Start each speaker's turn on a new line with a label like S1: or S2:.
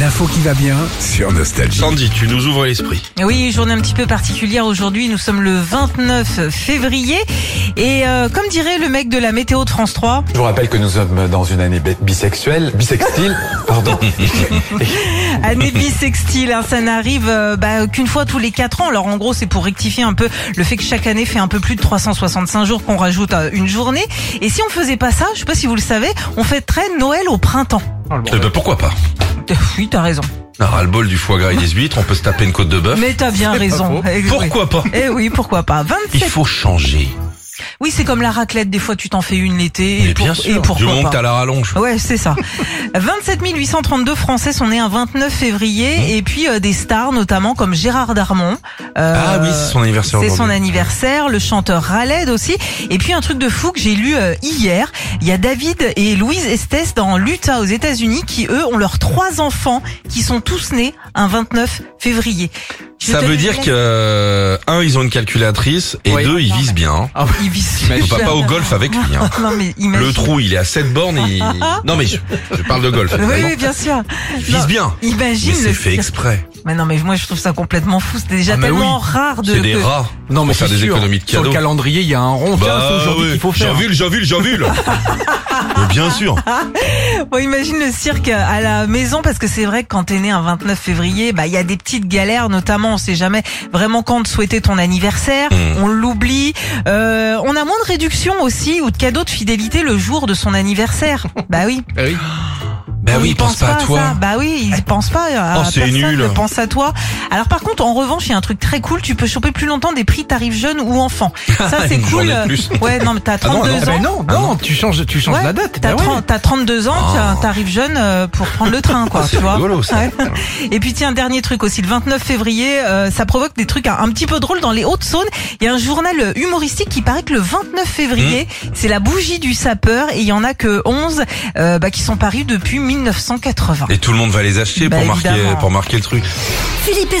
S1: L'info qui va bien sur Nostalgie.
S2: Sandy, tu nous ouvres l'esprit.
S3: Oui, journée un petit peu particulière aujourd'hui. Nous sommes le 29 février. Et euh, comme dirait le mec de la météo de France 3,
S4: Je vous rappelle que nous sommes dans une année bi- bisexuelle, bisextile, pardon.
S3: année bisextile, hein, ça n'arrive euh, bah, qu'une fois tous les 4 ans. Alors en gros, c'est pour rectifier un peu le fait que chaque année fait un peu plus de 365 jours qu'on rajoute euh, une journée. Et si on faisait pas ça, je sais pas si vous le savez, on fêterait Noël au printemps.
S2: Eh ben, pourquoi pas
S3: Euh, Oui, t'as raison.
S2: On a le bol du foie gras et des huîtres, on peut se taper une côte de bœuf.
S3: Mais t'as bien raison. Eh, oui.
S2: Pourquoi pas
S3: Eh oui, pourquoi pas.
S2: Il
S3: 27.
S2: faut changer.
S3: Oui, c'est comme la raclette. Des fois, tu t'en fais une l'été.
S2: Mais
S3: et pour-
S2: bien
S3: et
S2: sûr, du
S3: pourquoi
S2: moment
S3: pas.
S2: que t'as la rallonge.
S3: Ouais, c'est ça. 27 832 Français sont nés un 29
S2: Mmh.
S3: février et puis euh, des stars notamment comme Gérard Darmon. Euh,
S2: Ah oui, c'est son anniversaire
S3: C'est son
S2: aujourd'hui.
S3: anniversaire, le chanteur Raled aussi. Et puis un truc de fou que j'ai lu euh, hier, il y a David et Louise Estes dans l'Utah aux États-Unis qui eux ont leurs trois enfants qui sont tous nés un 29 février. Je
S2: Ça
S3: te
S2: veut
S3: les
S2: dire
S3: laisse.
S2: que, euh, un, ils ont une calculatrice, et
S4: Oui.
S2: deux, ils visent bien. hein.
S3: Ils visent-
S2: On va pas au golf avec lui. hein.
S3: Non mais imagine.
S2: Le trou, il est à 7 bornes. et- Non mais je, je parle de golf.
S3: Oui,
S2: évidemment.
S3: oui, bien sûr.
S2: Ils
S3: Non,
S2: visent bien.
S3: Imagine
S2: Mais
S3: le
S2: c'est fait
S3: cirque.
S2: exprès.
S3: Mais non, mais moi je trouve ça complètement fou. C'est déjà
S2: Ah, mais
S3: tellement
S2: oui.
S3: rare de.
S2: C'est des
S3: que-
S2: rats.
S4: Non mais
S2: pour faire
S4: c'est
S2: des
S4: sûr,
S2: économies de
S4: Sur le
S2: cadeaux. Bah
S4: calendrier, il y a un rond. Tiens, c'est aujourd'hui
S2: oui.
S4: qu'il faut faire.
S2: J'envile, j'envile, j'envile. Mais bien sûr.
S3: Ah. Bon, imagine le cirque à la maison parce que c'est vrai que quand t'es né un 29 février, bah il y a des petites galères, notamment on sait jamais vraiment quand de souhaiter ton anniversaire.
S2: Mm.
S3: On l'oublie. Euh, on a moins de réductions aussi ou de cadeaux de fidélité le jour de son anniversaire. bah oui.
S4: Ah oui.
S2: Bah
S3: On
S2: oui,
S3: y
S2: pense pas à toi.
S3: ça. Bah oui, ils pensent pas à
S2: Oh, c'est
S3: personne
S2: nul.
S3: ne pense à toi. Alors par contre, en revanche, il y a un truc très cool, tu peux choper plus longtemps des prix tarifs jeunes ou enfants. Ça c'est
S2: Une
S3: cool.
S2: journée de plus.
S3: Ouais, non mais t'as
S4: Ah non,
S3: 32
S4: ah
S2: bah
S3: ans.
S4: ben non, non, tu changes, tu changes
S3: Ouais,
S4: la date.
S3: T'as
S4: Ben ouais.
S3: 30 t'as 32 ans, t'as- t'arrives jeune euh, pour prendre le train, quoi.
S2: Ah, c'est
S3: tu vois.
S2: rigolo, ça.
S3: Ouais. Et puis tiens, dernier truc aussi, le 29 février, euh, ça provoque des trucs un, un petit peu drôles dans les Hauts-de-Saône. Il y a un journal humoristique qui paraît que le 29 février,
S4: Hmm.
S3: c'est la bougie du sapeur et il y en a que 11 euh, bah, qui sont parus depuis 1980.
S2: Et tout le monde va les acheter
S3: Bah,
S2: pour marquer,
S3: évidemment.
S2: pour marquer le truc.
S5: Philippe et